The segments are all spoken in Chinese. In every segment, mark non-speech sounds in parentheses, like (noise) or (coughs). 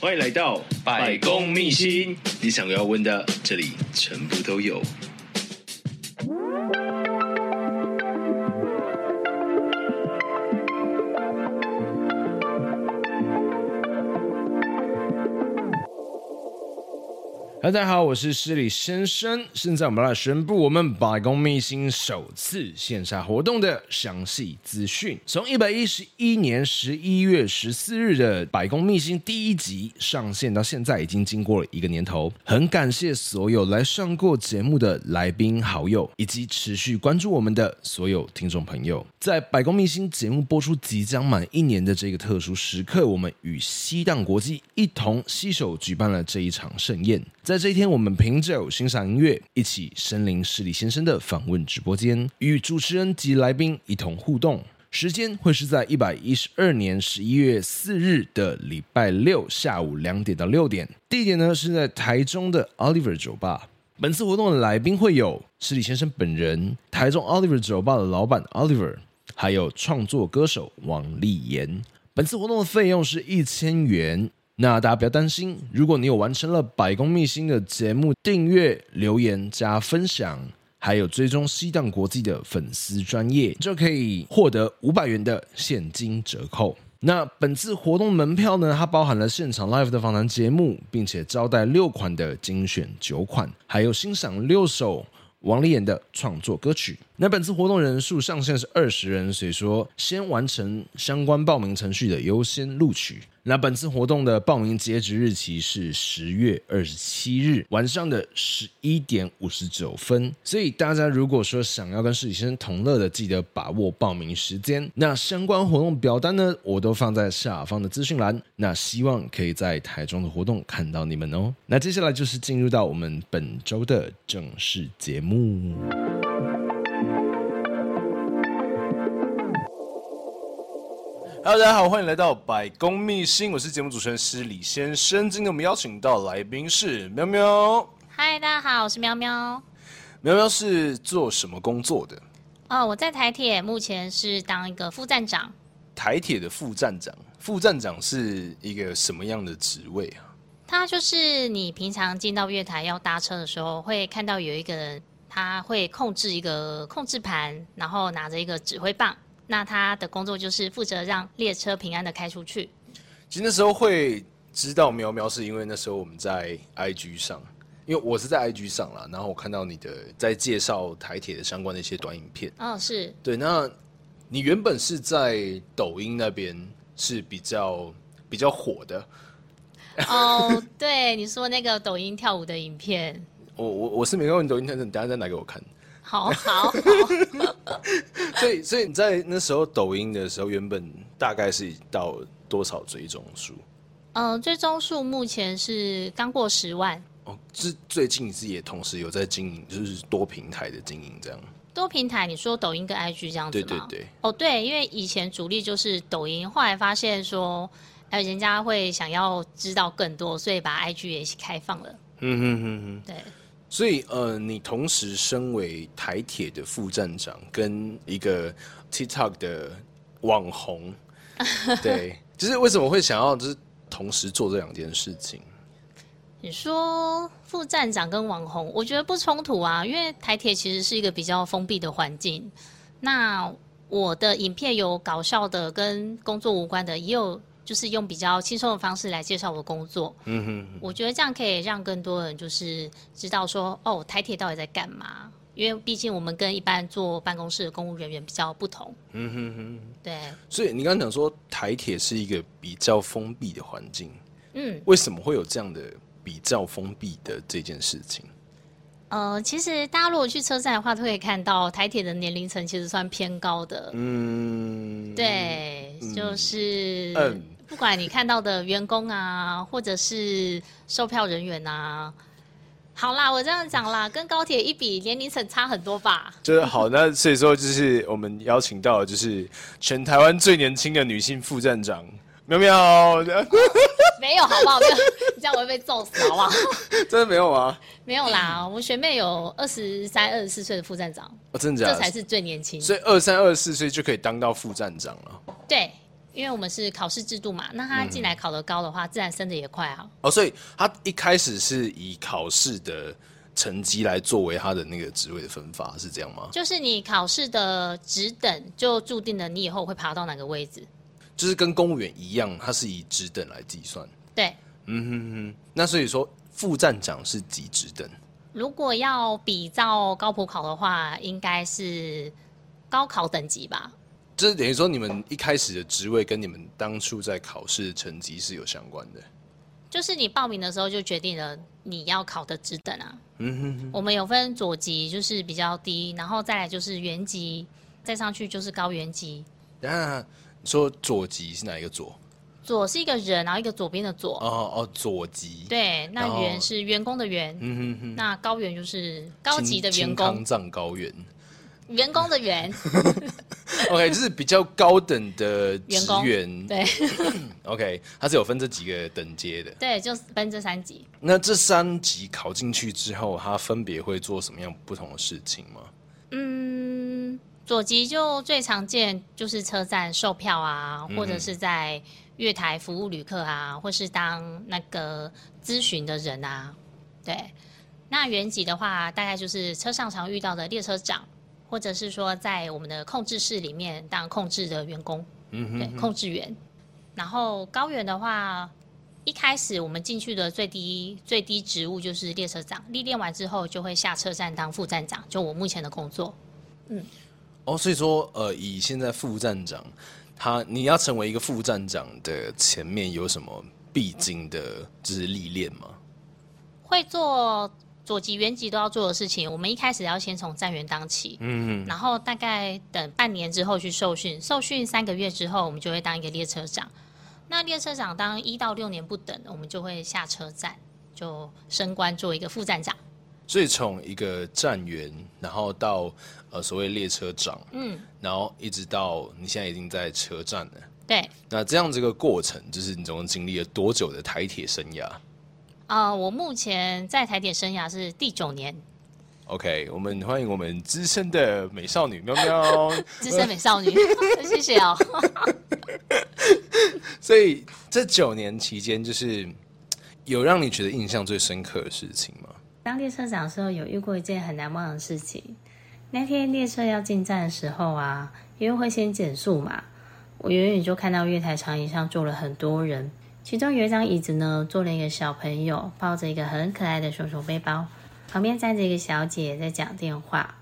欢迎来到百公秘辛，你想要问的，这里全部都有。嗨，大家好，我是施礼先生。现在我们来宣布我们百公秘星首次线下活动的详细资讯。从一百一十一年十一月十四日的百公秘星第一集上线到现在，已经经过了一个年头。很感谢所有来上过节目的来宾好友，以及持续关注我们的所有听众朋友。在百公秘星节目播出即将满一年的这个特殊时刻，我们与西藏国际一同携手举办了这一场盛宴。在这一天，我们品酒、欣赏音乐，一起身临施礼先生的访问直播间，与主持人及来宾一同互动。时间会是在一百一十二年十一月四日的礼拜六下午两点到六点，地点呢是在台中的 Oliver 酒吧。本次活动的来宾会有施礼先生本人、台中 Oliver 酒吧的老板 Oliver，还有创作歌手王丽妍。本次活动的费用是一千元。那大家不要担心，如果你有完成了百公秘星的节目订阅、留言加分享，还有追踪西藏国际的粉丝专业，就可以获得五百元的现金折扣。那本次活动门票呢，它包含了现场 live 的访谈节目，并且招待六款的精选酒款，还有欣赏六首王丽妍的创作歌曲。那本次活动人数上限是二十人，所以说先完成相关报名程序的优先录取。那本次活动的报名截止日期是十月二十七日晚上的十一点五十九分，所以大家如果说想要跟实习生同乐的，记得把握报名时间。那相关活动表单呢，我都放在下方的资讯栏。那希望可以在台中的活动看到你们哦。那接下来就是进入到我们本周的正式节目。Hello，大家好，欢迎来到百公秘辛，我是节目主持人施礼先生。今天我们邀请到来宾是喵喵，嗨，大家好，我是喵喵。喵喵是做什么工作的？哦，我在台铁目前是当一个副站长，台铁的副站长，副站长是一个什么样的职位啊？他就是你平常进到月台要搭车的时候，会看到有一个人，他会控制一个控制盘，然后拿着一个指挥棒。那他的工作就是负责让列车平安的开出去。其实那时候会知道喵喵，是因为那时候我们在 IG 上，因为我是在 IG 上啦，然后我看到你的在介绍台铁的相关的一些短影片。嗯、是对，那你原本是在抖音那边是比较比较火的，哦，对，你说那个抖音跳舞的影片，我我我是没看过你抖音，但是你等一下再拿给我看。好 (laughs) 好好，所以所以你在那时候抖音的时候，原本大概是到多少追踪数？嗯、最终数目前是刚过十万。哦，是最近是也同时有在经营，就是多平台的经营这样。多平台，你说抖音跟 IG 这样子对吗？对对，哦，对，因为以前主力就是抖音，后来发现说，哎，人家会想要知道更多，所以把 IG 也一起开放了。嗯哼哼哼。对，所以呃，你同时身为台铁的副站长，跟一个 TikTok 的网 (laughs) 红，对，就是为什么会想要就是同时做这两件事情？你说副站长跟网红，我觉得不冲突啊，因为台铁其实是一个比较封闭的环境。那我的影片有搞笑的，跟工作无关的，也有就是用比较轻松的方式来介绍我的工作。嗯哼，我觉得这样可以让更多人就是知道说，哦，台铁到底在干嘛？因为毕竟我们跟一般做办公室的公务人员比较不同。嗯哼哼。对，所以你刚刚讲说台铁是一个比较封闭的环境，嗯，为什么会有这样的比较封闭的这件事情？呃，其实大家如果去车站的话，都可以看到台铁的年龄层其实算偏高的。嗯，，对，就是、嗯不管你看到的员工啊，或者是售票人员啊。好啦，我这样讲啦，跟高铁一比，年龄层差很多吧？ (laughs) 就是好，那所以说就是我们邀请到的就是全台湾最年轻的女性副站长喵喵，没有，好不好？没有， (laughs) 你这样我会被揍死，好不 (laughs) 好？真的没有吗？没有啦，我学妹有二十三、二十四岁的副站长，哦，真的这假才的？是最年轻。所以二三二四岁就可以当到副站长了。对，因为我们是考试制度嘛，那他进来考得高的嗯话，自然升的也快啊。哦，所以他一开始是以考试 (coughs) 的成绩来作为他的那个职位的分发，是这样吗？就是你考试的职等，就注定了你以后会爬到哪个位置。就是跟公务员一样，他是以职等来计算。对，嗯哼哼，那所以说副站长是几职等？如果要比照高普考的话，应该是高考等级吧？就是等于说你们一开始的职位跟你们当初在考试的成绩是有相关的。就是你报名的时候就决定了你要考的职等啊。嗯哼哼，我们有分左级，就是比较低，然后再来就是原级，再上去就是高原级。那你说左级是哪一个左？左是一个人，然后一个左边的左。哦哦，左级。，对，然后那员是员工的员，嗯哼哼，那高原就是高级的青青员工康，藏高原。员工的员， OK，就是比较高等的职员工员。对 OK，它是有分这几个等阶的。对，就是分这三级。那这三级考进去之后，它分别会做什么样不同的事情吗？嗯，左级就最常见就是车站售票啊，或者是在月台服务旅客啊，或是当那个咨询的人啊。对，那原级的话，大概就是车上常遇到的列车长，或者是说在我们的控制室里面当控制的员工，嗯对，控制员。然后高原的话，一开始我们进去的最低最低职务就是列车长，历练完之后就会下车站当副站长，就我目前的工作。哦，所以说，呃，以现在副站长，他你要成为一个副站长的前面有什么必经的，就是历练吗？会做左级、原级都要做的事情，我们一开始要先从站员当起，嗯，然后大概等半年之后去受训，受训三个月之后，我们就会当一个列车长。那列车长当一到六年不等，我们就会下车站，就升官做一个副站长。所以从一个站员，然后到呃所谓列车长，嗯，然后一直到你现在已经在车站了。对，那这样这个过程，就是你总共经历了多久的台铁生涯呃，我目前在台铁生涯是第九年， ？OK，我们欢迎我们资深的美少女喵喵。资深美少 (laughs) 女，谢谢哦。所以这九年期间，就是嘖有让你觉得印象最深刻的事情吗？当列车长的时候，有遇过一件很难忘的事情。那天列车要进站的时候啊，因为会先减速嘛，我远远就看到月台长椅上坐了很多人，其中有一张椅子呢，坐了一个小朋友，抱着一个很可爱的熊熊背包，旁边站着一个小姐在讲电话。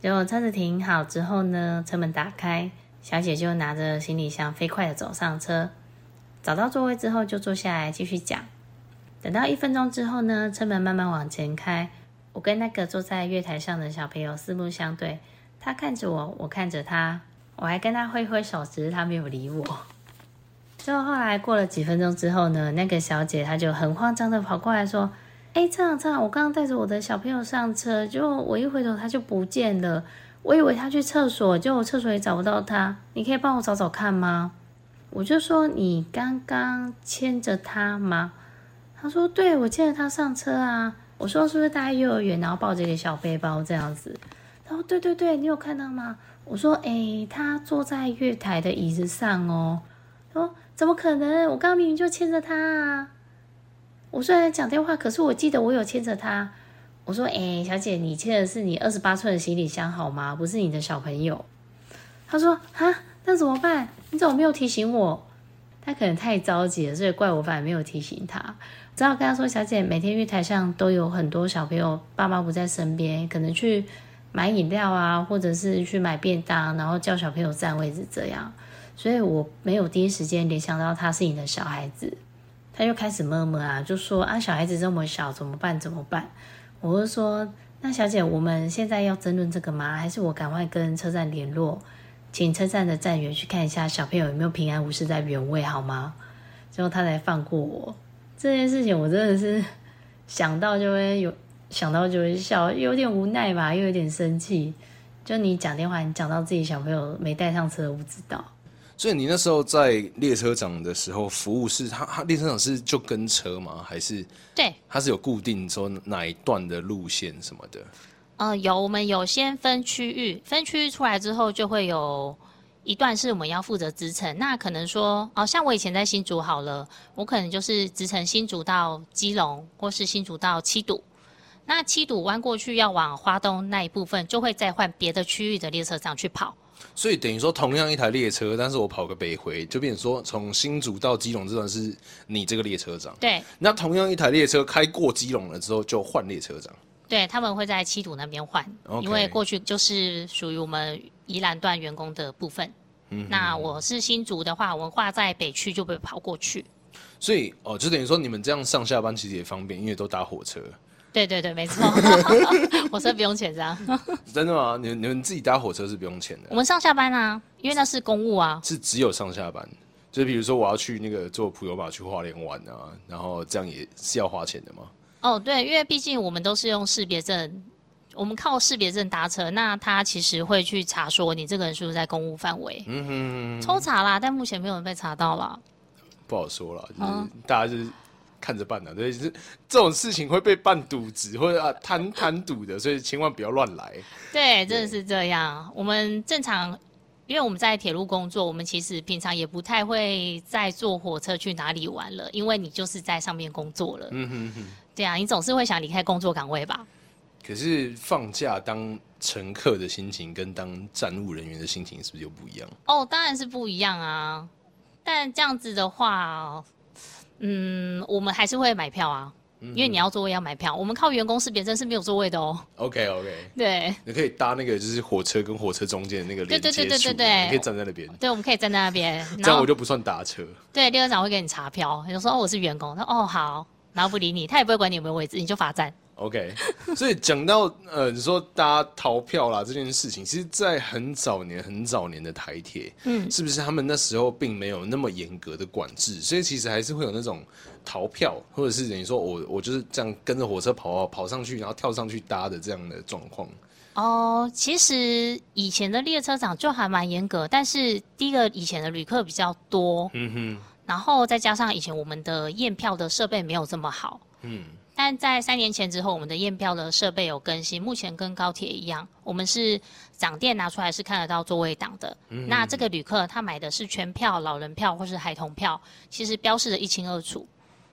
结果车子停好之后呢，车门打开，小姐就拿着行李箱飞快的走上车，找到座位之后就坐下来继续讲。等到一分钟之后呢，车门慢慢往前开，我跟那个坐在月台上的小朋友四目相对，他看着我，我看着他，我还跟他挥挥手，只是他没有理我。之后后来过了几分钟之后呢，那个小姐她就很慌张的跑过来说：“哎，车长车长，我刚刚带着我的小朋友上车，就我一回头他就不见了，我以为他去厕所，结果我厕所也找不到他，你可以帮我找找看吗？”我就说：“你刚刚牵着他吗？”他说：“对，我牵着他上车啊。”我说：“是不是大概幼儿园，然后抱着一个小背包这样子？”他说：“对对对，你有看到吗？”我说：“诶，他坐在月台的椅子上哦。”他说：“怎么可能？我刚刚明明就牵着他啊！”我虽然讲电话，可是我记得我有牵着他。我说：“诶，小姐，你牵的是你二十八寸的行李箱好吗？不是你的小朋友。”他说：“啊，那怎么办？你怎么没有提醒我？”他可能太着急了，所以怪我反而没有提醒他。只好跟他说：“小姐，每天月台上都有很多小朋友爸妈不在身边，可能去买饮料啊，或者是去买便当，然后叫小朋友占位置这样。所以我没有第一时间联想到他是你的小孩子。”他就开始默默啊，就说：“啊，小孩子这么小，怎么办？怎么办？”我就说：“那小姐，我们现在要争论这个吗？还是我赶快跟车站联络，请车站的站员去看一下小朋友有没有平安无事在原位，好吗？”最后他才放过我。这件事情我真的是 (laughs) 想到就会有想到就会笑，有点无奈吧，又有点生气。就你讲电话，你讲到自己小朋友没带上车，我不知道。所以你那时候在列车长的时候，服务是他他列车长是就跟车吗？还是对，他是有固定说哪一段的路线什么的？呃，有我们有先分区域，分区域出来之后就会有一段是我们要负责职程，那可能说，哦，像我以前在新竹好了，我可能就是职程新竹到基隆，或是新竹到七堵，那七堵弯过去要往花东那一部分，就会再换别的区域的列车上去跑。所以等于说同样一台列车，但是我跑个北回，就变成说从新竹到基隆这段是你这个列车长。对，那同样一台列车开过基隆了之后，就换列车长。对，他们会在七堵那边换 OK 因为过去就是属于我们宜兰段员工的部分。那我是新竹的话，文化在北区就被跑过去。所以哦，就等于说你们这样上下班其实也方便，因为都搭火车。对对对，没 (laughs) 错，火车不用钱这样。真的吗？你们你们自己搭火车是不用钱我的，们上下班啊，因为那是公务啊。是只有上下班。就是比如说我要去那个坐普悠玛去花莲玩啊，然后这样也是要花钱的吗？哦，对，因为毕竟我们都是用识别证，我们靠识别证搭车，那他其实会去查说你这个人是不是在公务范围，嗯哼，抽查啦，但目前没有人被查到啦。不好说了，就是、嗯大家就是看着办的、所以是这种事情会被办赌值或者啊贪贪赌的，所以千万不要乱来。对，真的是这样。我们正常，因为我们在铁路工作，我们其实平常也不太会再坐火车去哪里玩了，因为你就是在上面工作了。嗯哼哼。对啊，你总是会想离开工作岗位吧？可是放假当乘客的心情跟当站务人员的心情是不是又不一样？哦，当然是不一样啊。但这样子的话，嗯，我们还是会买票啊，嗯因为你要座位要买票。我们靠员工识别证是没有座位的哦。 OK OK， (laughs) 对，你可以搭那个就是火车跟火车中间的那个连接对对对对处对对你可以站在那边，对，我们可以站在那 (laughs) 边。这然样后我就不算搭车。对，列车长会给你查票，他就说哦我是员工，他说哦好，然后不理你，他也不会管你有没有位置，你就罚站。 (laughs) OK，所以讲到呃，你说搭逃票啦这件事情，其实，在很早年、很早年的台铁，嗯，是不是他们那时候并没有那么严格的管制，所以其实还是会有那种逃票，或者是等于说我我就是这样跟着火车跑啊跑跑上去，然后跳上去搭的这样的状况。哦，其实以前的列车长就还蛮严格，但是第一个以前的旅客比较多，嗯然后再加上以前我们的验票的设备没有这么好，哼，嗯，但在三年前之后，我们的验票的设备有更新，目前跟高铁一样，我们是掌电拿出来是看得到座位档的。嗯那这个旅客他买的是全票、老人票或是孩童票，其实标示的一清二楚，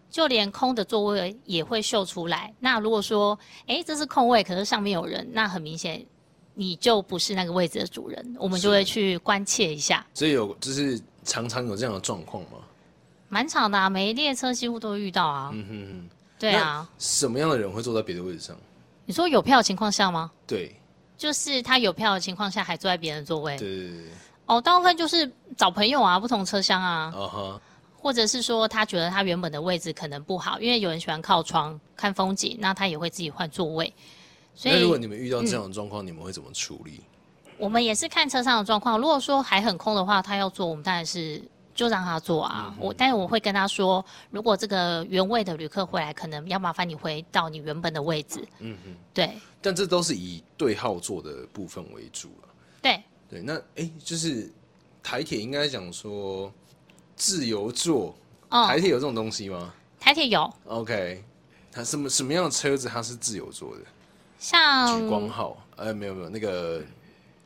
就连空的座位也会秀出来。那如果说，诶，这是空位，可是上面有人，那很明显你就不是那个位置的主人，我们就会去关切一下。所以有就是常常有这样的状况嘛。蛮长的、啊，每一列车几乎都会遇到啊。嗯哼哼，对啊，什么样的人会坐在别的位置上？你说有票的情况下吗？对就是他有票的情况下还坐在别人的座位对。对对对，哦，大部分就是找朋友啊，不同车厢啊，啊哈，或者是说他觉得他原本的位置可能不好，因为有人喜欢靠窗看风景，那他也会自己换座位。所那如果以嗯你们遇到这样的状况，你们会怎么处理？我们也是看车上的状况，如果说还很空的话，他要坐，我们当然是就让他坐啊。我但是我会跟他说，如果这个原位的旅客回来，可能要麻烦你回到你原本的位置。嗯嗯，对但这都是以对号座的部分为主了。对，对，那诶，就是台铁应该讲说自由座，哦，台铁有这种东西吗台铁有？OK，它什么什么样的车子它是自由座的？像嗯举光号，呃，没有没有，那个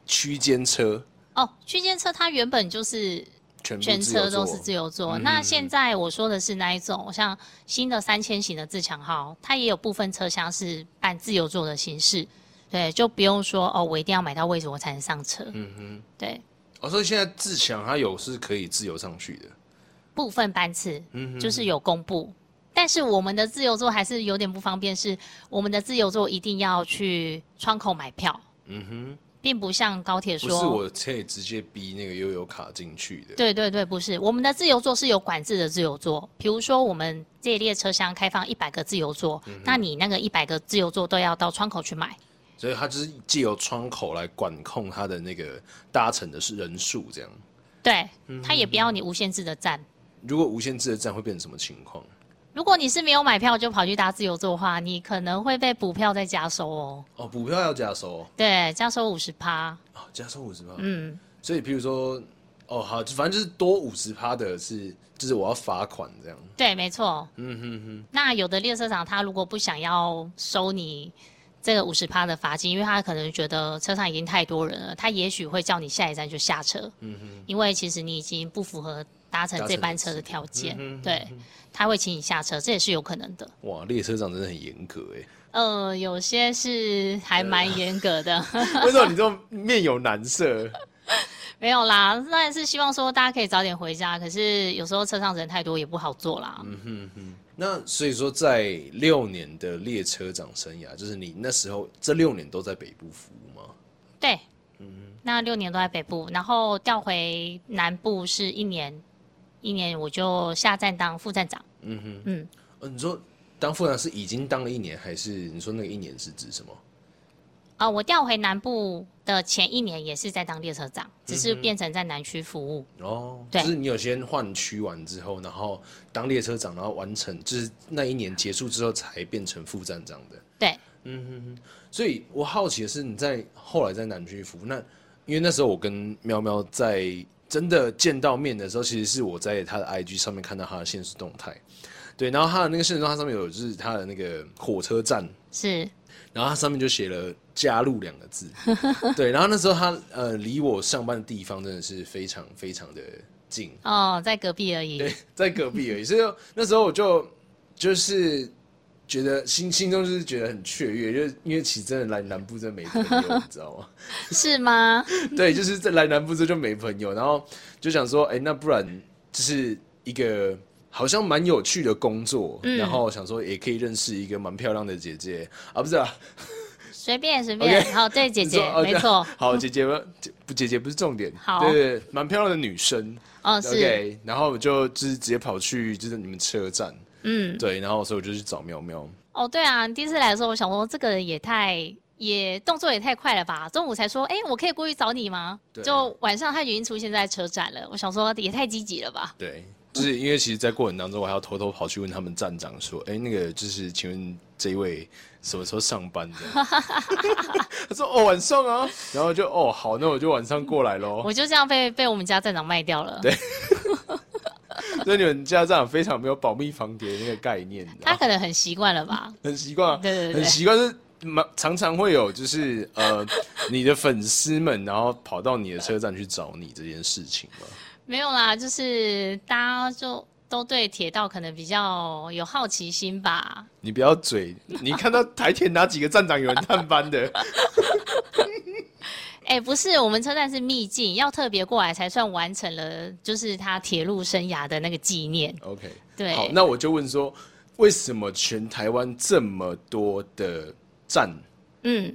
区间车哦区间车，它原本就是全部全自由车座都是自由座。那现在我说的是那一种，像新的三千型的自强号，它也有部分车厢是按自由座的形式，对，就不用说哦，我一定要买到位置我才能上车。嗯哼，对，哦，所以现在自强它有是可以自由上去的。部分班次嗯就是有公布。但是我们的自由座还是有点不方便，是我们的自由座一定要去窗口买票，嗯哼，并不像高铁不说是我可以直接逼那个悠游卡进去的。对对对，不是，我们的自由座是有管制的自由座，比如说我们这一列车厢开放一百个自由座，嗯那你那个一百个自由座都要到窗口去买。所以它就是借由窗口来管控它的那个搭乘的是人数这样。对，嗯他也不要你无限制的站。如果无限制的站会变成什么情况？如果你是没有买票就跑去搭自由座的话，你可能会被补票再加收哦。哦，补票要加收对，加收五十趴。啊、哦，加收五十趴。嗯，所以譬如说，哦好，就反正就是多五十趴的是，就是我要罚款这样。对，没错。嗯哼哼，那有的列车长他如果不想要收你这个五十趴的罚金，因为他可能觉得车上已经太多人了，他也许会叫你下一站就下车，嗯因为其实你已经不符合搭乘搭乘这班车的条件，嗯哼对，他会请你下车，这也是有可能的。哇，列车长真的很严格哎，呃，有些是还蛮严 (laughs) 格的，为什么你这种面有难色？没有啦，当然是希望说大家可以早点回家，可是有时候车上人太多也不好做啦。 (laughs) 嗯那所以说，在六年的列车长生涯，就是你那时候这六年都在北部服务吗？对，嗯那六年都在北部，然后调回南部是一年，一年我就下站当副站长。嗯哼，嗯，呃，你说当副长是已经当了一年，还是你说那个一年是指什么？啊、我调回南部的前一年也是在当列车长，嗯只是变成在南区服务。哦，就对是你有先换区完之后，然后当列车长，然后完成，就是那一年结束之后才变成副站长的。对，所以我好奇的是，你在后来在南区服务，那因为那时候我跟喵喵在真的见到面的时候，其实是我在他的 IG 上面看到他的现实动态，对，然后他的那个现实动态上面有就是他的那个火车站，是然后他上面就写了“加入”两个字，对，然后那时候他呃离我上班的地方真的是非常非常的近，哦，在隔壁而已。对，在隔壁而已。所以那时候我就就是觉得心心中就是觉得很雀跃，就是因为其实真的来南部真的没朋友，你知道吗？是吗？ (laughs) 对，就是在来南部之后就没朋友，然后就想说，哎、那不然就是一个好像蛮有趣的工作，嗯然后想说也可以认识一个蛮漂亮的姐姐啊，不是啊，随便随 (laughs) 便。好，对，姐你姐说哦，没这样错。好，姐姐们姐不姐姐不是重点，好对对，对蛮漂亮的女生。哦，是， OK，然后我就就是直接跑去就是你们车站，嗯，对，然后所以我就去找喵喵。哦，对啊，第一次来的时候，我想说这个人也太。也动作也太快了吧！中午才说，哎、我可以过去找你吗？对就晚上他已经出现在车站了。我想说，也太积极了吧！对，就是因为其实，在过程当中，我还要偷偷跑去问他们站长说：“哎、那个就是，请问这一位什么时候上班的？” (laughs) 他说：“哦，晚上啊。”然后就哦，好，那我就晚上过来喽。我就这样被被我们家站长卖掉了。对，所以你们家长非常没有保密防谍的那个概念，你知道他吗可能很习惯了吧？很习惯啊，对对对很习惯是。蛮常常会有，就是呃，你的粉丝们，然后跑到你的车站去找你这件事情嘛。没有啦，就是大家就都对铁道可能比较有好奇心吧。你不要嘴，你看到台铁哪几个站长有人探班的？哎、不是，我们车站是秘境，要特别过来才算完成了，就是他铁路生涯的那个纪念。 OK，对好，那我就问说，为什么全台湾这么多的站，嗯，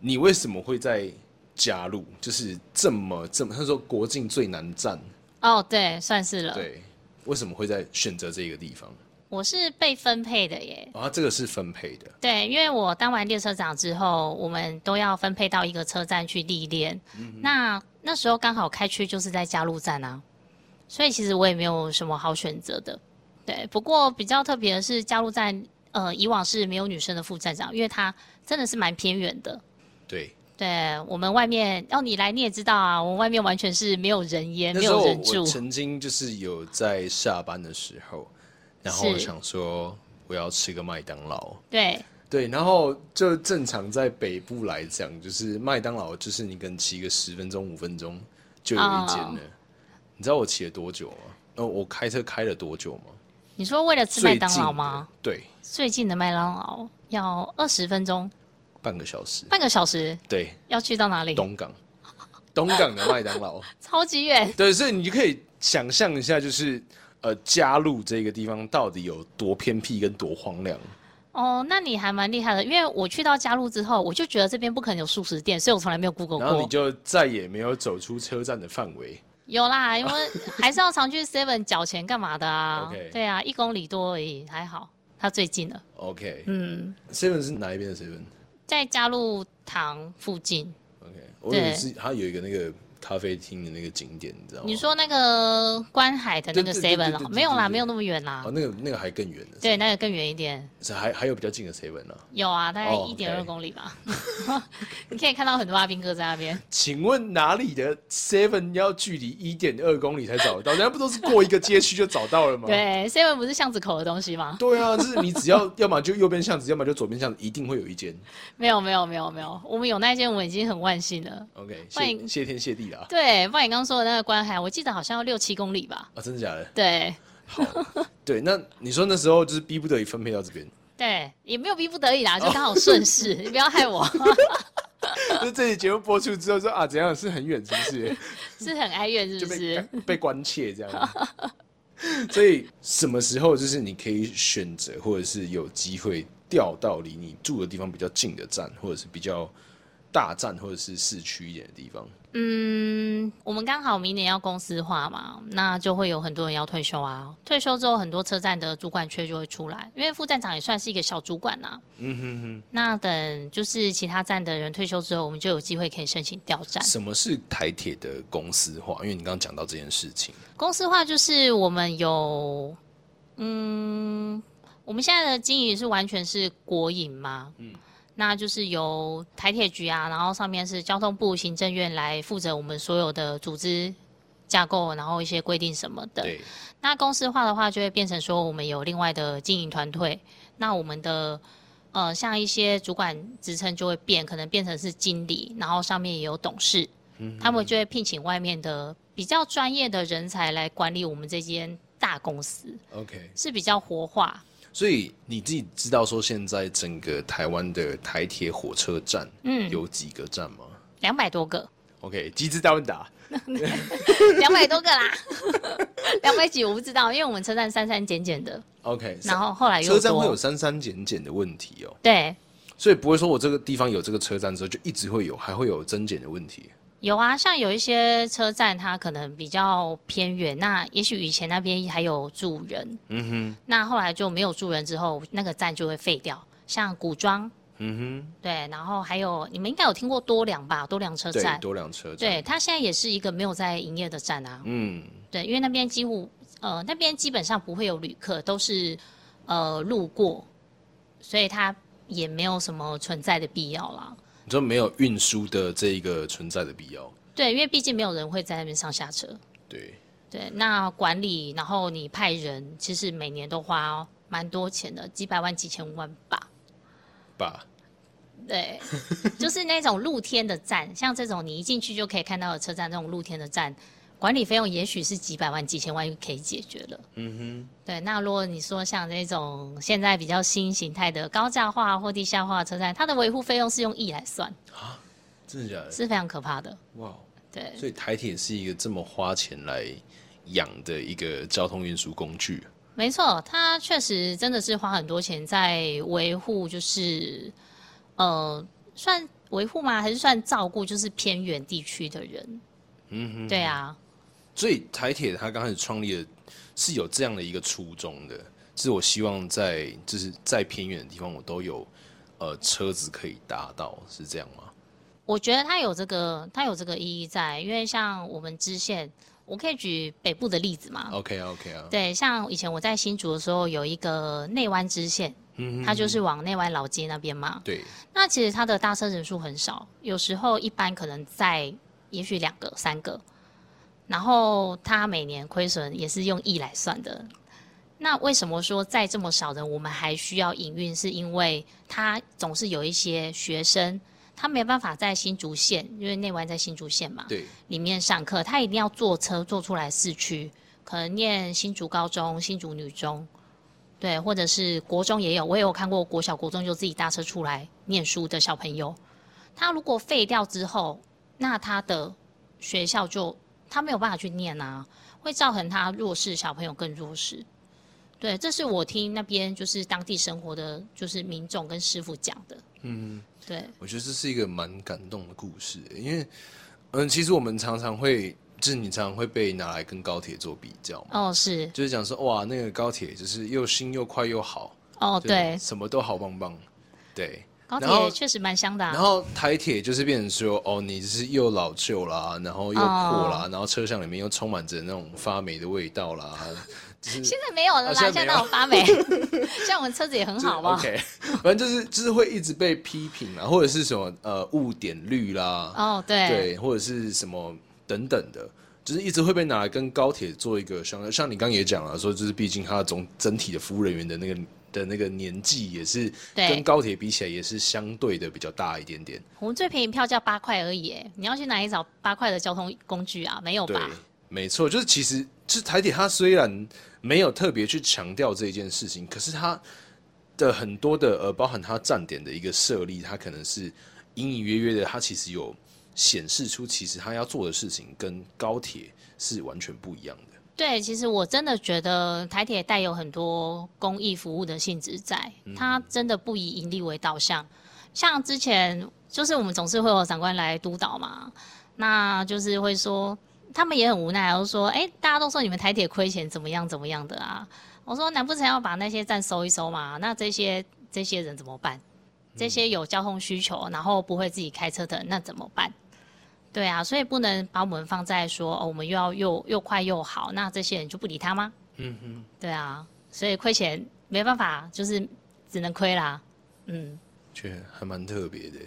你为什么会在加入？就是这么这么，他说国境最难站，哦，对，算是了。对，为什么会在选择这个地方？我是被分配的耶。啊，这个是分配的，对，因为我当完列车长之后，我们都要分配到一个车站去历练。嗯那那时候刚好开区就是在加路站啊，所以其实我也没有什么好选择的。对，不过比较特别的是加路站，呃，以往是没有女生的副站长，因为它真的是蛮偏远的。对。对我们外面，要、你来你也知道啊，我们外面完全是没有人烟，那没时候有人我住。曾经就是有在下班的时候，然后我是想说我要吃个麦当劳，对，对，然后就正常在北部来讲，就是麦当劳，就是你可能骑个十分钟、五分钟就有一间啊了。你知道我骑了多久吗？呃，我开车开了多久吗？你说为了吃麦当劳吗？最近的？最近的麦当劳要二十分钟，对，半个小时。半个小时，对，要去到哪里？东港，东港的麦当 (laughs) 劳。超级远。对，所以你就可以想象一下，就是呃，加入这个地方到底有多偏僻跟多荒凉。哦，那你还蛮厉害的，因为我去到加入之后，我就觉得这边不可能有素食店，所以我从来没有 Google 然后你过。就再也没有走出车站的范围。有啦，因为还是要常去 Seven 缴钱干嘛的啊 OK 对啊，一公里多而已，还好，它最近了。 OK，Seven、嗯，是哪一边的 Seven？在加入堂附近。 OK，我以为对是它有一个那个咖啡厅的那个景点，你知道吗？你说那个观海的那个哦对对对 Seven 对对哦对没有啦，对没有那么远啦哦，。那个那个还更远的，对，那个更远一点，是还还有比较近的 seven 啊。有啊，大概哦一点二 OK 公里吧。 (laughs) 你可以看到很多阿兵哥在那边。请问哪里的 seven 要距离一点二公里才找得到？人家不都是过一个街区就找到了吗？对，Seven 不是巷子口的东西吗？对啊，就是你只要 (laughs) 要么就右边巷子，要么就左边巷子，一定会有一间。没有，没有，没有，没有，我们有那间，我们已经很万幸了。 OK，欢谢迎谢天谢地啦。对，不然你刚刚说的那个观海，我记得好像要六七公里吧？啊，真的假的？对，好，对，那你说那时候就是逼不得已分配到这边， (laughs) 对，也没有逼不得已啦，就刚好顺势。你不要害我，那这期节目播出之后说啊，怎样是很远，是不是？是很哀怨是就不被 (laughs) 是？被被关切这样。 (laughs) 所以什么时候就是你可以选择，或者是有机会调到离你住的地方比较近的站，或者是比较大站，或者是市区一点的地方？嗯，我们刚好明年要公司化嘛，那就会有很多人要退休啊。退休之后，很多车站的主管缺就会出来，因为副站长也算是一个小主管啦。嗯哼那等就是其他站的人退休之后，我们就有机会可以申请调站哼。。什么是台铁的公司化？因为你刚刚讲到这件事情，公司化就是我们有，嗯，我们现在的经营是完全是国营嘛，嗯，那就是由台铁局啊，然后上面是交通部、行政院来负责我们所有的组织架构，然后一些规定什么的。对，那公司化的话，就会变成说我们有另外的经营团队，那我们的呃，像一些主管职称就会变，可能变成是经理，然后上面也有董事，嗯他们就会聘请外面的比较专业的人才来管理我们这间大公司， OK，是比较活化。所以你自己知道说现在整个台湾的台铁火车站，嗯有几个站吗两百多个， ？OK，机智大问答。两百多个啦，两百几我不知道，因为我们车站删删减减的， OK，然后后来又车站会有多，删删减减的问题哦，对，所以不会说我这个地方有这个车站之后就一直会有，还会有增减的问题。有啊，像有一些车站，它可能比较偏远，那也许以前那边还有住人，嗯那后来就没有住人之后，那个站就会废掉。像古庄，哼，嗯对，然后还有你们应该有听过多良吧？多良车哼，对，站，多辆车站，对，，它现在也是一个没有在营业的站啊。嗯，对，因为那边几乎呃那边基本上不会有旅客，都是呃路过，所以它也没有什么存在的必要啦。你说没有运输的这一个存在的必要，对，因为毕竟没有人会在那边上下车。对，对，那管理，然后你派人，其实每年都花哦蛮多钱的，几百万、几千万吧。吧？对，就是那种露天的站，像这种你一进去就可以看到的车站，这种露天的站，管理费用也许是几百万、几千万就可以解决了。嗯对，那如果你说像那种现在比较新形态的高架化或地下化的车站，它的维护费用是用亿来算，哼，真的假的？是非常可怕的。哇，对，所以台铁是一个这么花钱来养的一个交通运输工具。没错，它确实真的是花很多钱在维护，就是呃，算维护吗？还是算照顾？就是偏远地区的人。嗯哼，对啊，所以台铁它刚开始创立的是有这样的一个初衷的，是我希望在就是在偏远的地方我都有呃车子可以达到，是这样吗？我觉得它有这个，它有这个意义在，因为像我们支线，我可以举北部的例子嘛。 OK 啊 OK 啊，对，像以前我在新竹的时候，有一个内湾支线，嗯它就是往内湾老街那边嘛。对，那其实它的搭车人数很少，有时候一般可能在也许两个、三个，然后它每年亏损也是用亿来算的。那为什么说在这么少人，我们还需要营运？是因为它总是有一些学生，他没办法在新竹县，因为内湾在新竹县嘛，对，里面上课，他一定要坐车坐出来市区，可能念新竹高中、新竹女中，对，或者是国中也有，我也有看过国小、国中就自己搭车出来念书的小朋友，他如果废掉之后，那他的学校就他没有办法去念啊，会造成他弱势小朋友更弱势。对，这是我听那边就是当地生活的就是民众跟师傅讲的。嗯，对，我觉得这是一个蛮感动的故事，欸因为嗯，其实我们常常会就是你常常会被拿来跟高铁做比较嘛，哦，是，就是讲说哇，那个高铁就是又新又快又好，哦，就是对，什么都好棒棒，对。高然后铁确实蛮香的、啊。然后台铁就是变成说，哦，你是又老旧啦，然哦后又破啦，然后车厢里面又充满着那种发霉的味道 (laughs) 啦，就是现在没有了啦，啊现在现在没有那种发 (laughs) 霉，像我们车子也很好吧？ OK，反正就是就是会一直被批评啊，或者是什么呃误点率啦，哦，对，对，或者是什么等等的，就是一直会被拿来跟高铁做一个相，像你刚刚也讲了，说就是毕竟它总整体的服务人员的那个的那个年纪也是对跟高铁比起来也是相对的比较大一点点，我们最便宜票价八块而已耶，你要去哪里找八块的交通工具啊？没有对吧？，没错，就是其实就是台铁它虽然没有特别去强调这一件事情，可是它的很多的呃，包含它站点的一个设立，它可能是隐隐约约的，它其实有显示出其实它要做的事情跟高铁是完全不一样的。对，其实我真的觉得台铁带有很多公益服务的性质在，它真的不以盈利为导向。像之前就是我们总是会有长官来督导嘛，那就是会说他们也很无奈，然后说：“哎，大家都说你们台铁亏钱，怎么样怎么样的啊？”我说：“难不成要把那些站收一收嘛？那这些这些人怎么办？这些有交通需求，然后不会自己开车的人，那怎么办？”对啊，所以不能把我们放在说哦，我们又要又又快又好，那这些人就不理他吗？嗯哼。对啊，所以亏钱没办法，就是只能亏啦。嗯，觉得还蛮特别的，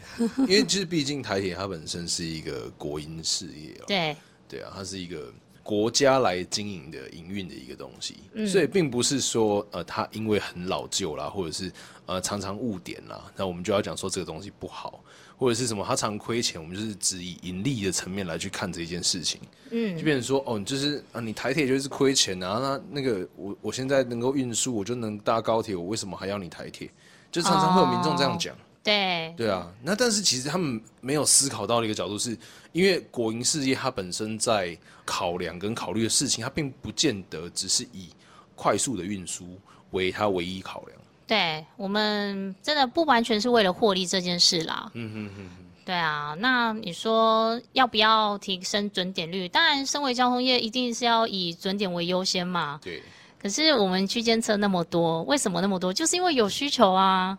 (laughs) 因为就是毕竟台铁它本身是一个国营事业哦，对，对啊，它是一个国家来经营的营运的一个东西，嗯所以并不是说呃它因为很老旧啦，或者是呃常常误点啦，那我们就要讲说这个东西不好，或者是什么它常亏钱，我们就是只以盈利的层面来去看这件事情，就嗯，变成说哦，你就是啊，你台铁就是亏钱啊，那那个我我现在能够运输，我就能搭高铁，我为什么还要你台铁？就常常会有民众这样讲。对，对啊，那但是其实他们没有思考到的一个角度是，因为国营事业它本身在考量跟考虑的事情，它并不见得只是以快速的运输为它唯一考量。对，我们真的不完全是为了获利这件事啦。嗯哼哼哼，对啊，那你说要不要提升准点率？当然，身为交通业，一定是要以准点为优先嘛。对，可是我们区间车那么多，为什么那么多？就是因为有需求啊。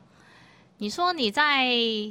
你说你在，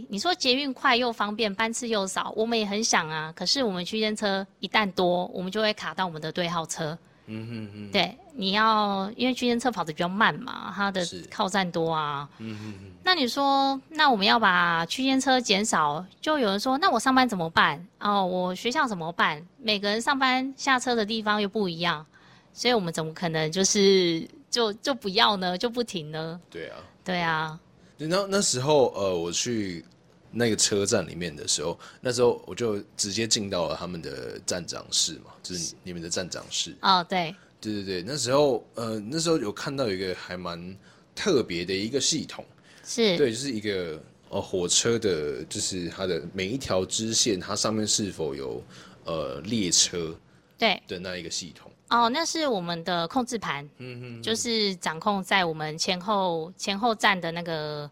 你说捷运快又方便，班次又少，我们也很想啊。可是我们区间车一旦多，我们就会卡到我们的对号车。嗯哼哼，对，你要因为区间车跑得比较慢嘛，它的是靠站多啊。嗯哼那你说，那我们要把区间车减少，就有人说，那我上班怎么办？哦，我学校怎么办？每个人上班下车的地方又不一样，所以我们怎么可能就是就就不要呢？就不停呢哼，？对啊。对啊，然后那时候呃，我去那个车站里面的时候，那时候我就直接进到了他们的站长室嘛，就是你们的站长室。哦，对，对对对，那时候呃，那时候有看到一个还蛮特别的一个系统。是，对，就是一个呃火车的，就是它的每一条支线，它上面是否有呃列车对，的那一个系统。哦，那是我们的控制盘，嗯就是掌控在我们前后前后站的那个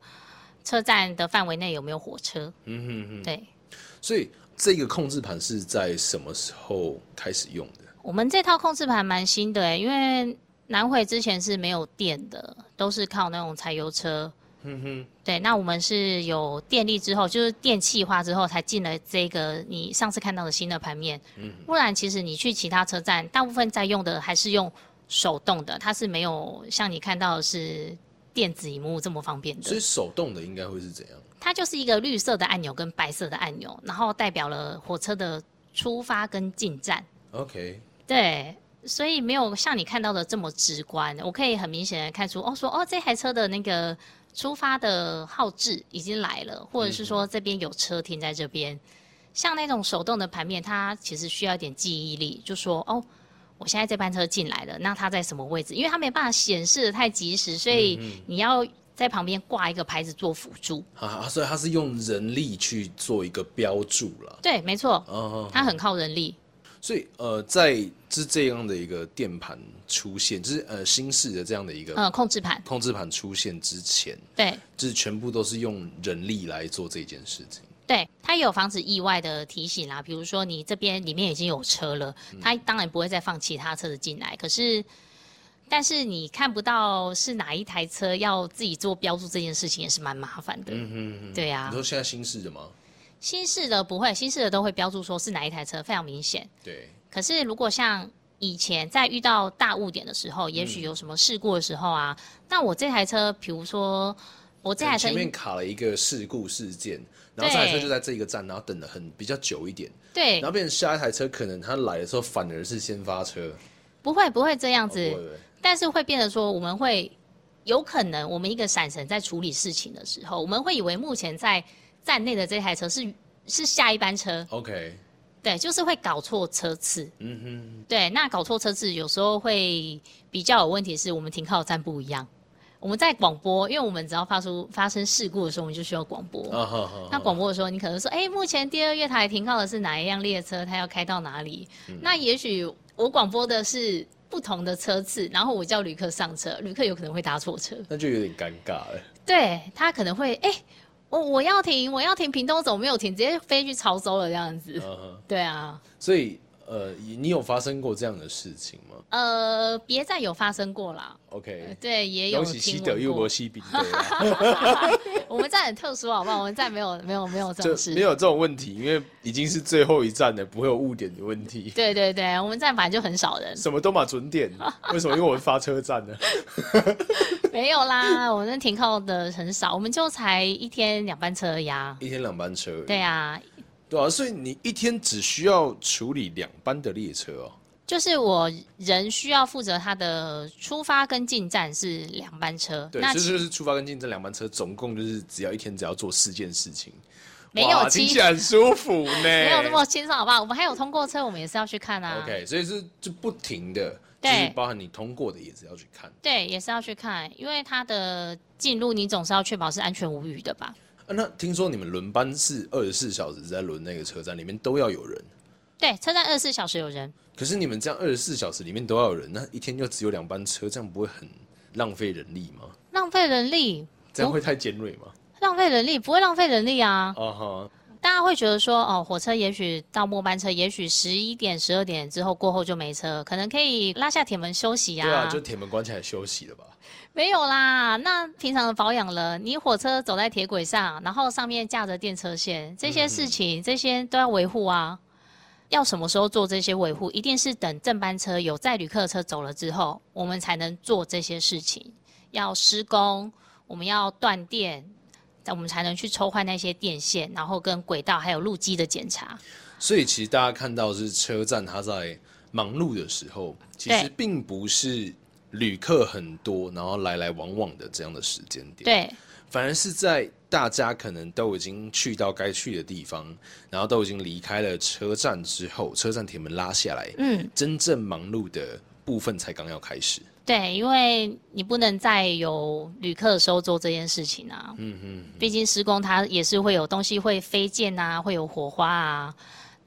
车站的范围内有没有火车？哼，嗯哼哼。对，所以这个控制盘是在什么时候开始用的？我们这套控制盘蛮新的欸诶，因为南回之前是没有电的，都是靠那种柴油车。嗯哼，对，那我们是有电力之后，就是电气化之后才进了这个你上次看到的新的盘面。嗯不然其实你去其他车站，大部分在用的还是用手动的，它是没有像你看到的是电子荧幕这么方便的所以。手动的应该会是怎样？它就是一个绿色的按钮跟白色的按钮，然后代表了火车的出发跟进站。 OK，对，所以没有像你看到的这么直观。我可以很明显的看出，哦，说哦，这台车的那个出发的号志已经来了，或者是说这边有车停在这边。像那种手动的盘面，它其实需要一点记忆力，就说哦，我现在这班车进来了，那它在什么位置？因为它没办法显示的太及时，所以你要在旁边挂一个牌子做辅助。啊，所以它是用人力去做一个标注了。对，没错，哦，它很靠人力。所以呃，在是这样的一个电盘出现，就是呃新式的这样的一个呃，控制盘，控制盘出现之前，对就是全部都是用人力来做这件事情。对，它也有防止意外的提醒啦。比如说嗯你这边里面已经有车了，它当然不会再放其他车子进来，可是但是你看不到是哪一台车，要自己做标注这件事情也是蛮麻烦的。嗯哼哼对啊你说现在新式的吗？新式的不会，新式的都会标注说是哪一台车，非常明显。对，可是如果像以前在遇到大误点的时候，也许有什么事故的时候啊，那我这台车，比如说我这台嗯车前面应卡了一个事故事件，然后对这台车就在这一个站，然后等了很比较久一点，对然后变成下一台车可能它来的时候反而是先发车，不会不会这样子，哦不会不会但是会变得说我们会有可能我们一个闪神在处理事情的时候，我们会以为目前在站内的这台车是是下一班车， ，OK，对，就是会搞错车次。嗯哼，对，那搞错车次有时候会比较有问题，是我们停靠站不一样。我们在广播，因为我们只要发出发生事故的时候，我们就需要广播。啊哈哈，那广播的时候，你可能说，哎、目前第二月台停靠的是哪一辆列车，它要开到哪里？嗯那也许我广播的是不同的车次，然后我叫旅客上车，旅客有可能会搭错车，那就有点尴尬了，对他可能会，哎、我我要停，我要停屏东，怎么没有停？直接飞去潮州了这样子。嗯 (laughs) 哼，对啊，所以呃，你有发生过这样的事情吗呃，别再有发生过啦。呃？OK，对，也有恭喜西听德闻又国过。西啊比德， (laughs) 我们站很特殊，好不好？我们站没有没有没有这就种事。没有这种问题，因为已经是最后一站了，不会有误点的问题。对对对，我们站本来就很少人。什么都嘛准点， (laughs) 为什么？因为我是发车站呢。没有啦，我们停靠的很少，我们就才一天两班车呀。一天两班车，对啊，对啊，所以你一天只需要处理两班的列车哦。就是我人需要负责他的出发跟进站是两班车，对，那这就是出发跟进这两班车，总共就是只要一天只要做四件事情，没有哇其听起来很舒服呢。没没有那么轻松，好不好？我们还有通过车，我们也是要去看啊。 OK，所以是就不停的，就对是包含你通过的也是要去看。对，也是要去看，因为它的进入你总是要确保是安全无虞的吧？啊、那听说你们轮班是二十四小时在轮那个车站里面都要有人，对，车站二十四小时有人，可是你们这样二十四小时里面都要有人，那一天就只有两班车，这样不会很浪费人力 (laughs) 吗？浪费人力，这样会太尖锐吗？浪费人力不会浪费人力啊啊。哈，大家会觉得说，哦，火车也许到末班车，也许十一点、十二点之后过后就没车，可能可以拉下铁门休息呀、对啊，就铁门关起来休息了吧。没有啦。那平常的保养了，你火车走在铁轨上，然后上面架着电车线，这些嗯事情、这些都要维护啊。要什么时候做这些维护？一定是等正班车有载旅客车走了之后，我们才能做这些事情。要施工，我们要断电，我们才能去抽换那些电线，然后跟轨道还有路基的检查。所以其实大家看到是车站，它在忙碌的时候，其实对并不是旅客很多，然后来来往往的这样的时间点，，对，反而是在大家可能都已经去到该去的地方，然后都已经离开了车站之后，车站铁门拉下来，嗯，真正忙碌的部分才刚要开始。对，因为你不能在有旅客的时候做这件事情啊。嗯嗯，毕竟施工它也是会有东西会飞溅啊，会有火花啊。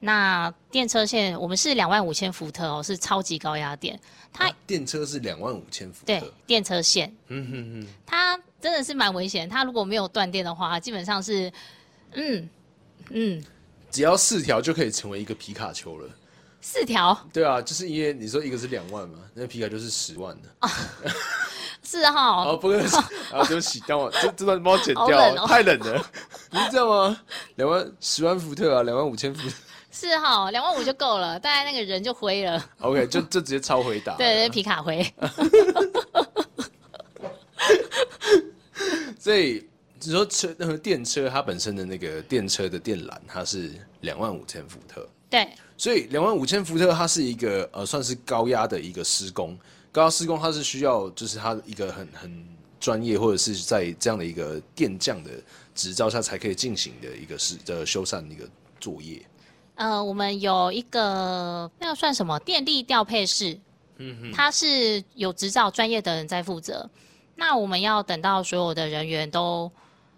那电车线我们是两万五千伏特哦，是超级高压电。它、啊电车是两万五千伏哎对特，电车线，嗯哼哼，它真的是蛮危险。它如果没有断电的话，基本上是，嗯嗯，只要四条就可以成为一个皮卡丘了。四条对啊，就是因为你说一个是两万嘛，那皮卡丘是十万的。是哈、哦，不客气，啊，对不起，当我这这段帮我剪好掉，冷哦太冷了，不是这样吗？两万十万伏特啊，两万五千伏特是哈、两万五就够了，大概那个人就灰了。 ，OK，就就直接超回答。对，对，皮卡 (laughs) 灰。所以你说车那个电车它本身的那个电车的电缆，它是两万五千伏特，对所以两万五千伏特它是一个呃算是高压的一个施工，高压施工它是需要就是它一个很很专业或者是在这样的一个电匠的执照下才可以进行的一个施的修缮一个作业。呃，我们有一个那个算什么电力调配室，嗯它是有执照专业的人在负责。那我们要等到所有的人员都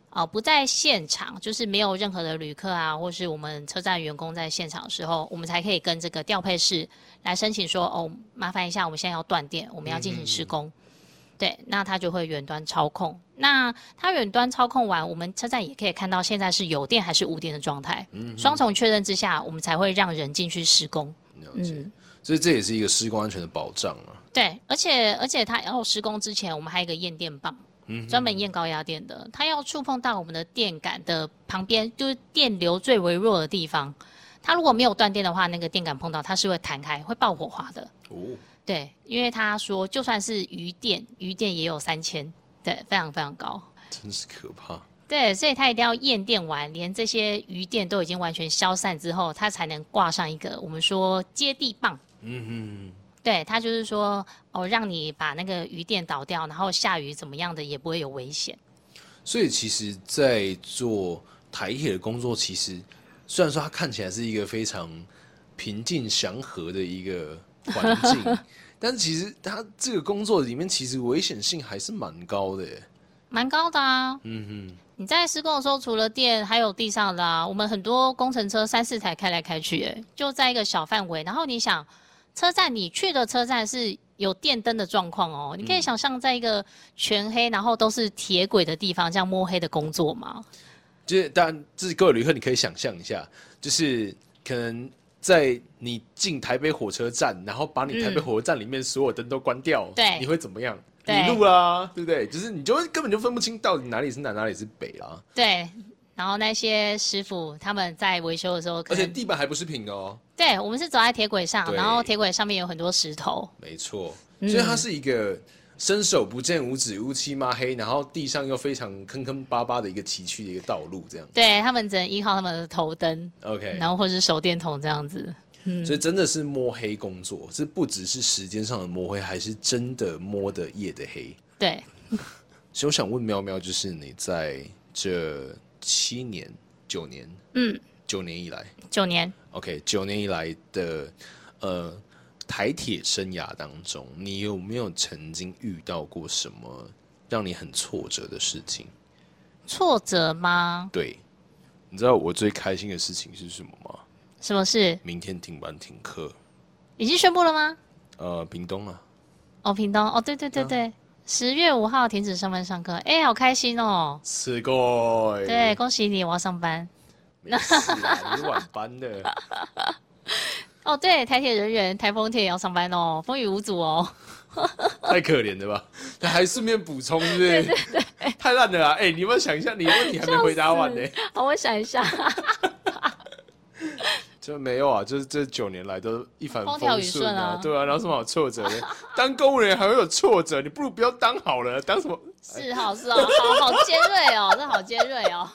呃不在现场，就是没有任何的旅客啊，或是我们车站员工在现场的时候，我们才可以跟这个调配室来申请说，哦，麻烦一下，我们现在要断电，我们要进行施工。对，那它就会远端操控。那它远端操控完，我们车站也可以看到现在是有电还嗯是无电的状态。双重确认之下，我们才会让人进去施工。嗯了解。所以这也是一个施工安全的保障啊。对，而且而且它要施工之前，我们还有一个验电棒，嗯专门验高压电的，它要触碰到我们的电杆的旁边，就是电流最微弱的地方。它如果没有断电的话，那个电杆碰到它是会弹开，会爆火花的。哦，对，因为他说就算是余电，余电也有三千，对，非常非常高。真是可怕。对，所以他一定要验电完，连这些余电都已经完全消散之后，他才能挂上一个我们说接地棒。嗯对，他就是说哦，让你把那个余电导掉，然后下雨怎么样的也不会有危险。哼，所以其实，在做台铁的工作，其实虽然说它看起来是一个非常平静祥和的一个环 (laughs) 境，但其实它这个工作里面其实危险性还是蛮高的耶。蛮高的啊。嗯哼。你在施工的时候，除了电，还有地上的啊。我们很多工程车三四台开来开去、欸，就在一个小范围。然后你想，车站你去的车站是有电灯的状况哦，你可以想象在一个全黑，然后都是铁轨的地方，这样摸黑的工作吗？就是当然，就是各位旅客，你可以想象一下，就是可能在你进台北火车站，然后把你台北火车站里面所有灯都关掉，嗯对你会怎么样？迷对路啦，对不对？就是你就会根本就分不清到底哪里是南，哪里是北啦。对。然后那些师傅他们在维修的时候，可而且能地板还不是平的哦，对我们是走在铁轨上，对然后铁轨上面有很多石头，没错，所以它是一个伸手不见五指、乌漆嘛黑，然后地上又非常坑坑巴巴的一个崎岖的一个道路，这样。对他们只能依靠他们的头灯， OK，然后或是手电筒这样子。所以真的是摸黑工作，这不只是时间上的摸黑，还是真的摸的夜的黑。对，所以我想问喵喵，就是你在这七年、九年、嗯，九年以来九年。 ，OK，九年以来的呃台铁生涯当中，你有没有曾经遇到过什么让你很挫折的事情？挫折吗？对，你知道我最开心的事情是什么吗？什么事？明天停班停课，已经宣布了吗？呃，屏东啊，哦，屏东，哦，对对对对，十、月五号停止上班上课，哎、好开心哦！是过，对，，恭喜你，我要上班。没事啦，你是晚班的， (laughs) 哦，对，台铁人员、台风铁也要上班哦，风雨无阻哦。 (laughs) 太可怜了吧？他还顺便补充，是不是？太烂了啦！哎、你有没有想一下，你的问题还没回答完呢、好，我想一下，就没有啊，就是这九年来都一帆风调风雨顺顺啊对啊，然后什么好挫折 (laughs) 的？当公务员还会有挫折，你不如不要当好了，当什么？是好是好，好好尖锐哦，这好尖锐哦。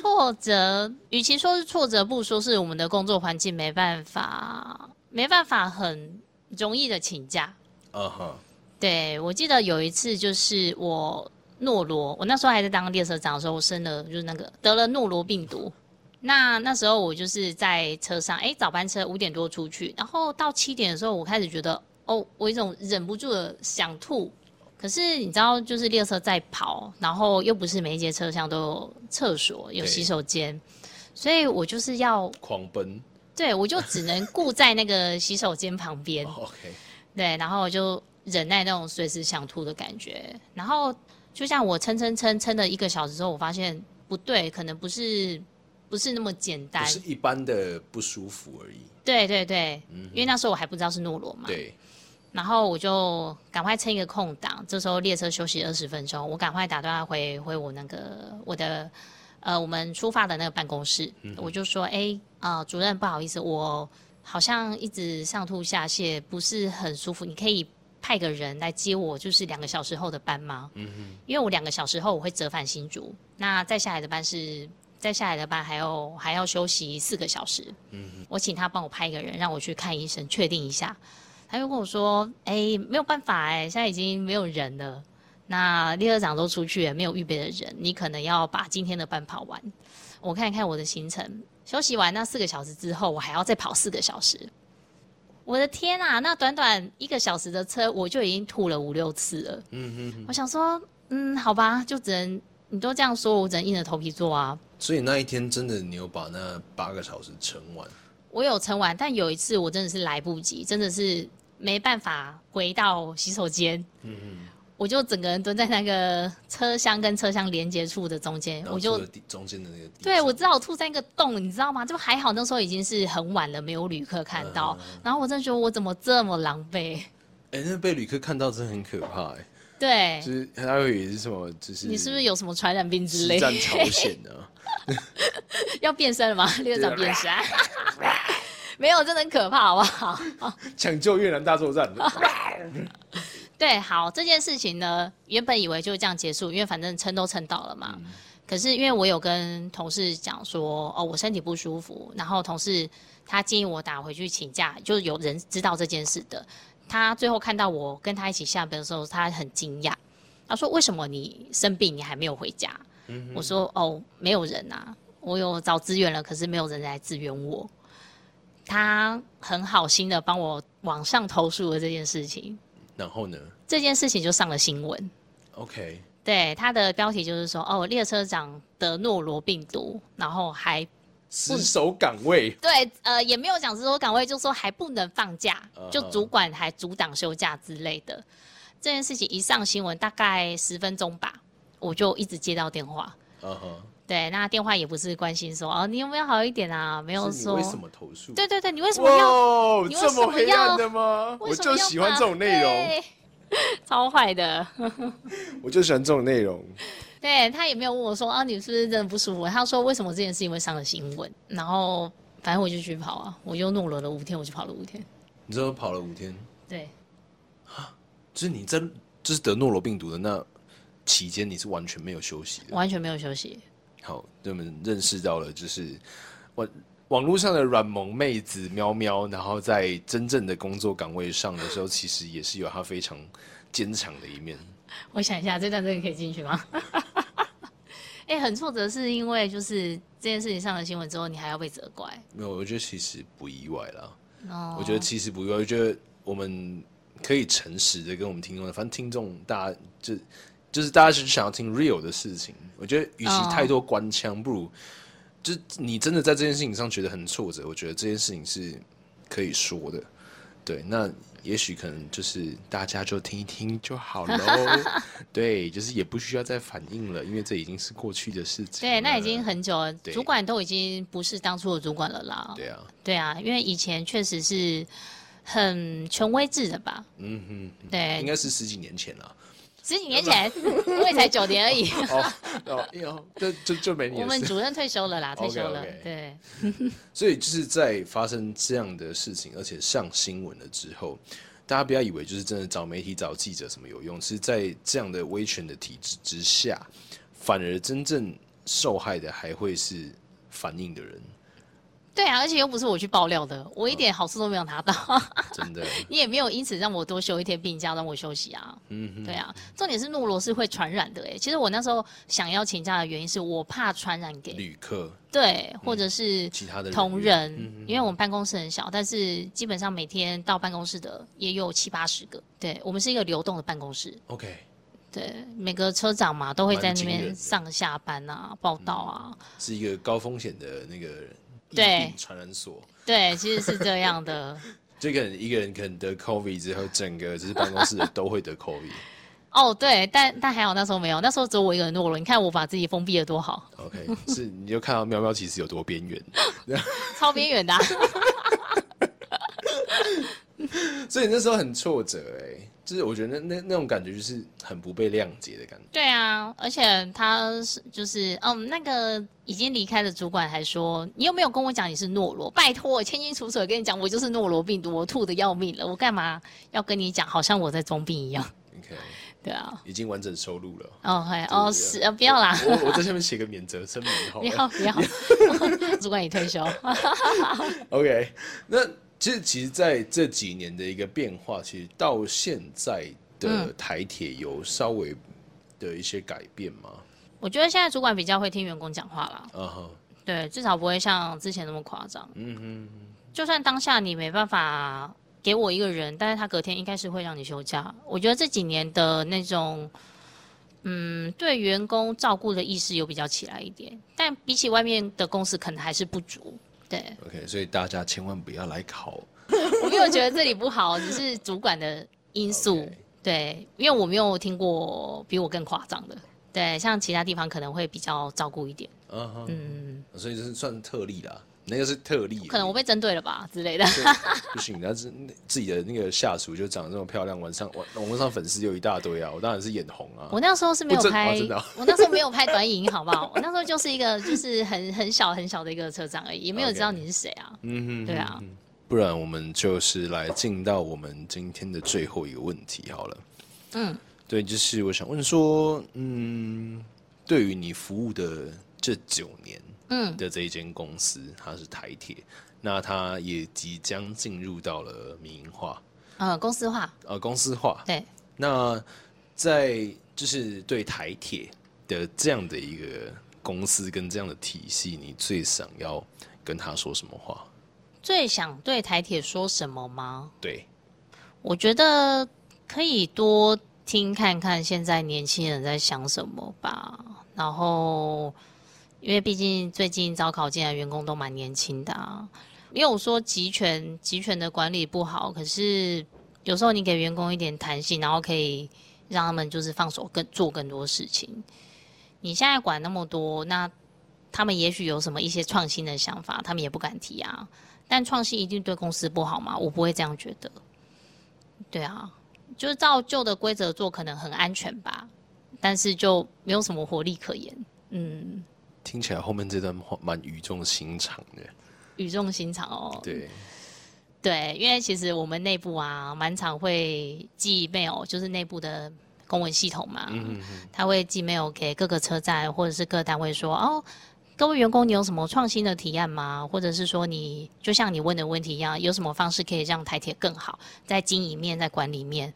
挫折，与其说是挫折，不如说是我们的工作环境没办法，没办法很容易的请假。嗯哼，对，我记得有一次就是我诺罗，我那时候还在当列车长的时候，我生了就是那个得了诺罗病毒。那那时候我就是在车上，哎，早班车五点多出去，然后到七点的时候，我开始觉得哦，我有一种忍不住的想吐。可是你知道，就是列车在跑，然后又不是每一节车厢都有厕所、有对洗手间，所以我就是要，狂奔。对我就只能顾在那个洗手间旁边。 OK，对，然后我就忍耐那种随时想吐的感觉。然后就像我撑撑撑撑了一个小时之后，我发现不对，可能不是不是那么简单不。是一般的不舒服而已。对对对，因为那时候我还不知道是诺罗嘛。对，然后我就赶快趁一个空档，这时候列车休息二十分钟，我赶快打电话回回我那个我的呃我们出发的那个办公室，我就说，哎啊、呃主任不好意思，我好像一直上吐下泻，不是很舒服，你可以派个人来接我，就是两个小时后的班吗？因为我两个小时后我会折返新竹，那再下来的班是。再下来的班还要还要休息四个小时，我请他帮我派一个人让我去看医生，确定一下。他就跟我说：“哎、没有办法哎、现在已经没有人了，那列车长都出去了，没有预备的人，你可能要把今天的班跑完。我看一看我的行程，休息完那四个小时之后，我还要再跑四个小时。我的天啊，那短短一个小时的车，我就已经吐了五六次了。嗯哼。我想说，嗯，好吧，就只能你都这样说，我只能硬着头皮做啊。所以那一天真的，你有把那八个小时撑完。我有撑完，但有一次我真的是来不及，真的是没办法回到洗手间。嗯嗯。我就整个人蹲在那个车厢跟车厢连接处的中间，然我后就住的地中间的那个地，对，我知道我吐在一个洞，你知道吗？就还好那时候已经是很晚了，没有旅客看嗯到。然后我真的觉得我怎么这么狼狈？哎、那被旅客看到真的很可怕、哎，对就，是他会以为是什么，就是你是不是有什么传染病之实类？战朝鲜啊？ (laughs) 要变身了吗？ (laughs) 列长变身？ (laughs) 没有，真的很可怕，好不好？ (laughs) 抢救越南大作战，对，好，这件事情呢，原本以为就这样结束，因为反正撑都撑到了嘛。可是因为我有跟同事讲说，哦，我身体不舒服，然后同事他建议我打回去请假，就有人知道这件事的。他最后看到我跟他一起下班的时候，他很惊讶，他说：“为什么你生病你还没有回家？”我说：“哦，没有人啊，我有找资源了，可是没有人来支援我。”他很好心的帮我往上投诉了这件事情， (laughs) 然后呢这件事情就上了新闻。 ？OK，对，它的标题就是说，哦，列车长得诺罗病毒，然后还死守岗位，对，呃，也没有讲是说岗位，就说还不能放假嗯就主管还阻挡休假之类的。这件事情一上新闻，大概十分钟吧，我就一直接到电话。啊哈，对，那电话也不是关心说，哦，你有没有好一点啊？没有是你说为，什么投诉？对对对，你为什么要？哇，你为这什么么黑暗的吗？为我什么就要喜欢把这种内容，，对 (laughs) 超坏的。我就喜欢这种内容。对他也没有问我说啊，你是不是真的不舒服？他说为什么这件事情会上了新闻？然后反正我就去跑啊，我又懦弱了五天，我就跑了五天。你知道跑了五天，对，就是你在就是得诺罗病毒的那期间，你是完全没有休息的。完全没有休息。好，那我们认识到了，就是网网络上的软萌妹子喵喵，然后在真正的工作岗位上的时候，其实也是有她非常坚强的一面。我想一下，这段真的可以进去吗？ (laughs) 哎、很挫折，是因为就是这件事情上了新闻之后，你还要被责怪。没有，我觉得其实不意外啦。哦，我觉得其实不意外，我觉得我们可以诚实的跟我们听众，反正听众大家就就是大家是想要听 real 的事情。我觉得与其哦太多官腔，不如就是你真的在这件事情上觉得很挫折，我觉得这件事情是可以说的。对，那也许可能就是大家就听一听就好喽。 (laughs) 对，就是也不需要再反应了，因为这已经是过去的事情了。对，那已经很久了，对主管都已经不是当初的主管了啦。对啊，对啊，因为以前确实是很权威制的吧？嗯哼，应对，该是十几年前了。十几 (laughs) 年前，我也才九年而已。哦， (laughs) 哦，哦，这就就没你我的们事。主任退休了啦，退休 OK，OK 了。对， (laughs) 所以就是在发生这样的事情，而且上新闻了之后，大家不要以为就是真的找媒体、找记者什么有用，是在这样的威权的体制之下，反而真正受害的还会是反应的人，对啊，而且又不是我去爆料的，我一点好处都没有拿到， (laughs) 真 (laughs) 的。你也没有因此让我多休一天病假让我休息啊。嗯哼，对啊，重点是诺罗是会传染的诶、欸其实我那时候想要请假的原因是我怕传染给旅客、对，或者是嗯其他的嗯同员仁，因为我们办公室很小，但是基本上每天到办公室的也有七八十个。对我们是一个流动的办公室， ，OK，对每个车长嘛都会在蛮那惊人边的嗯上下班啊、报道啊。是一个高风险的那个疫对病传染所。对，其实是这样的。这个人一个人可能得 COVID 之后，整个就是办公室的都会得 COVID。哦，对，但但还好那时候没有，那时候只有我一个人懦弱。你看我把自己封闭的多好， (laughs) OK，是你就看到喵喵其实有多边缘。超边缘的啊、 (laughs) 所以那时候很挫折哎、就是我觉得那那那种感觉就是很不被谅解的感觉。对啊，而且他是就是嗯，那个已经离开的主管还说，你有没有跟我讲你是懦弱？拜托，我清清楚楚的跟你讲，我就是懦弱病毒，我吐的要命了，我干嘛要跟你讲，好像我在装病一样？ (laughs) OK，对啊，已经完整收录了。哦嘿，哦对是，呃不要啦，我我在下面写个免责声明好不了。要不要， (laughs) 主管已退休。 (laughs) OK，那其实其实在这几年的一个变化，其实到现在的台铁有稍微的一些改变吗？我觉得现在主管比较会听员工讲话啦，啊哈，对，至少不会像之前那么夸张。嗯哼，就算当下你没办法给我一个人，但是他隔天应该是会让你休假。我觉得这几年的那种，嗯，对员工照顾的意识有比较起来一点，但比起外面的公司，可能还是不足。对 OK，所以大家千万不要来考。我没有觉得这里不好，只是主管的因素。 OK，对，因为我没有听过比我更夸张的。对，像其他地方可能会比较照顾一点，嗯哼，嗯，所以这是算特例啦，那个是特例而已，可能我被针对了吧之类的。 (laughs) 不行，那是自己的那个下属就长得这么漂亮，晚上网网络上粉丝又一大堆啊，我当然是眼红啊。我那时候是没有不真拍，哦真的哦 (laughs) (laughs) 我那时候没有拍短影，好不好？我那时候就是一个就是很很小很小的一个车长而已，也没有 OK 知道你是谁啊。嗯哼对啊，不然我们就是来进到我们今天的最后一个问题好了。嗯，对，就是我想问说，嗯，对于你服务的这九年，嗯的这一间公司，它是台铁，那它也即将进入到了民营化，呃，公司化，呃，公司化。对，那在就是对台铁的这样的一个公司跟这样的体系，你最想要跟他说什么话？最想对台铁说什么吗？对，我觉得可以多听看看现在年轻人在想什么吧。然后，因为毕竟最近招考进来的员工都蛮年轻的啊。因为我说集权，集权的管理不好，可是有时候你给员工一点弹性，然后可以让他们就是放手更做更多事情。你现在管那么多，那他们也许有什么一些创新的想法，他们也不敢提啊。但创新一定对公司不好吗？我不会这样觉得。对啊，就是照旧的规则做，可能很安全吧，但是就没有什么活力可言。嗯，听起来后面这段话蛮语重心长的。语重心长哦。对，对，因为其实我们内部啊，蛮常会寄 mail，就是内部的公文系统嘛，他会寄 mail 给各个车站或者是各单位说，哦，各位员工，你有什么创新的提案吗？或者是说你就像你问的问题一样，有什么方式可以让台铁更好，在经营面，在管理面？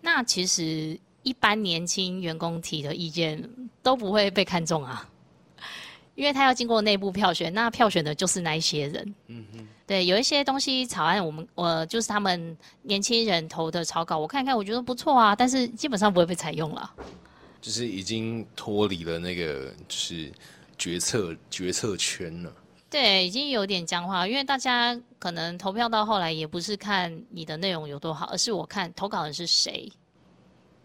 那其实一般年轻员工提的意见都不会被看中啊。因为他要经过内部票选，那票选的就是那一些人。嗯对，有一些东西草案，我们呃就是他们年轻人投的草稿，我看一看，我觉得不错啊，但是基本上不会被采用了。就是已经脱离了那个就是决策决策圈了。对，已经有点僵化，因为大家可能投票到后来也不是看你的内容有多好，而是我看投稿人是谁，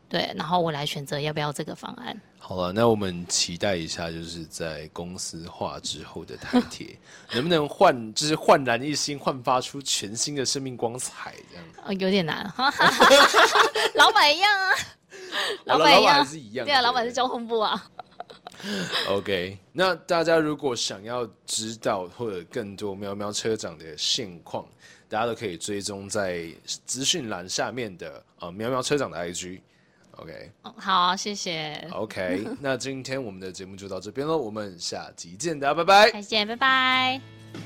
对，然后我来选择要不要这个方案。好了，那我们期待一下，就是在公司化之后的台铁 (laughs) 能不能焕，就是焕然一新，焕发出全新的生命光彩，这样。呃，有点难， (laughs) 哈哈哈哈老板一样啊，好了板老板一样还，是一样，对啊，老板对是交通部啊， OK，那大家如果想要知道或者更多喵喵车长的现况，大家都可以追踪在资讯栏下面的啊、呃、喵喵车长的 IG。OK 嗯好啊，谢谢， OK，那今天我们的节目就到这边喽，我们下集见，大家拜拜。再见，拜拜。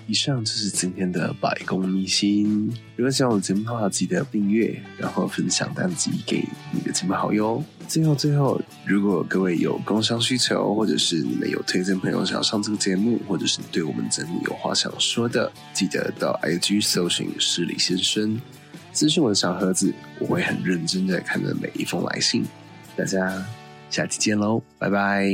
以上就是今天的百工秘辛。如果喜欢我的节目的话，记得订阅，然后分享单集给你的亲朋好友哦。最后，最后，如果各位有工商需求，或者是你们有推荐朋友想要上这个节目，或者是对我们节目有话想说的，记得到 IG 搜寻“失礼先生”，私讯我的小盒子，我会很认真的看着每一封来信。大家下期见喽，拜拜。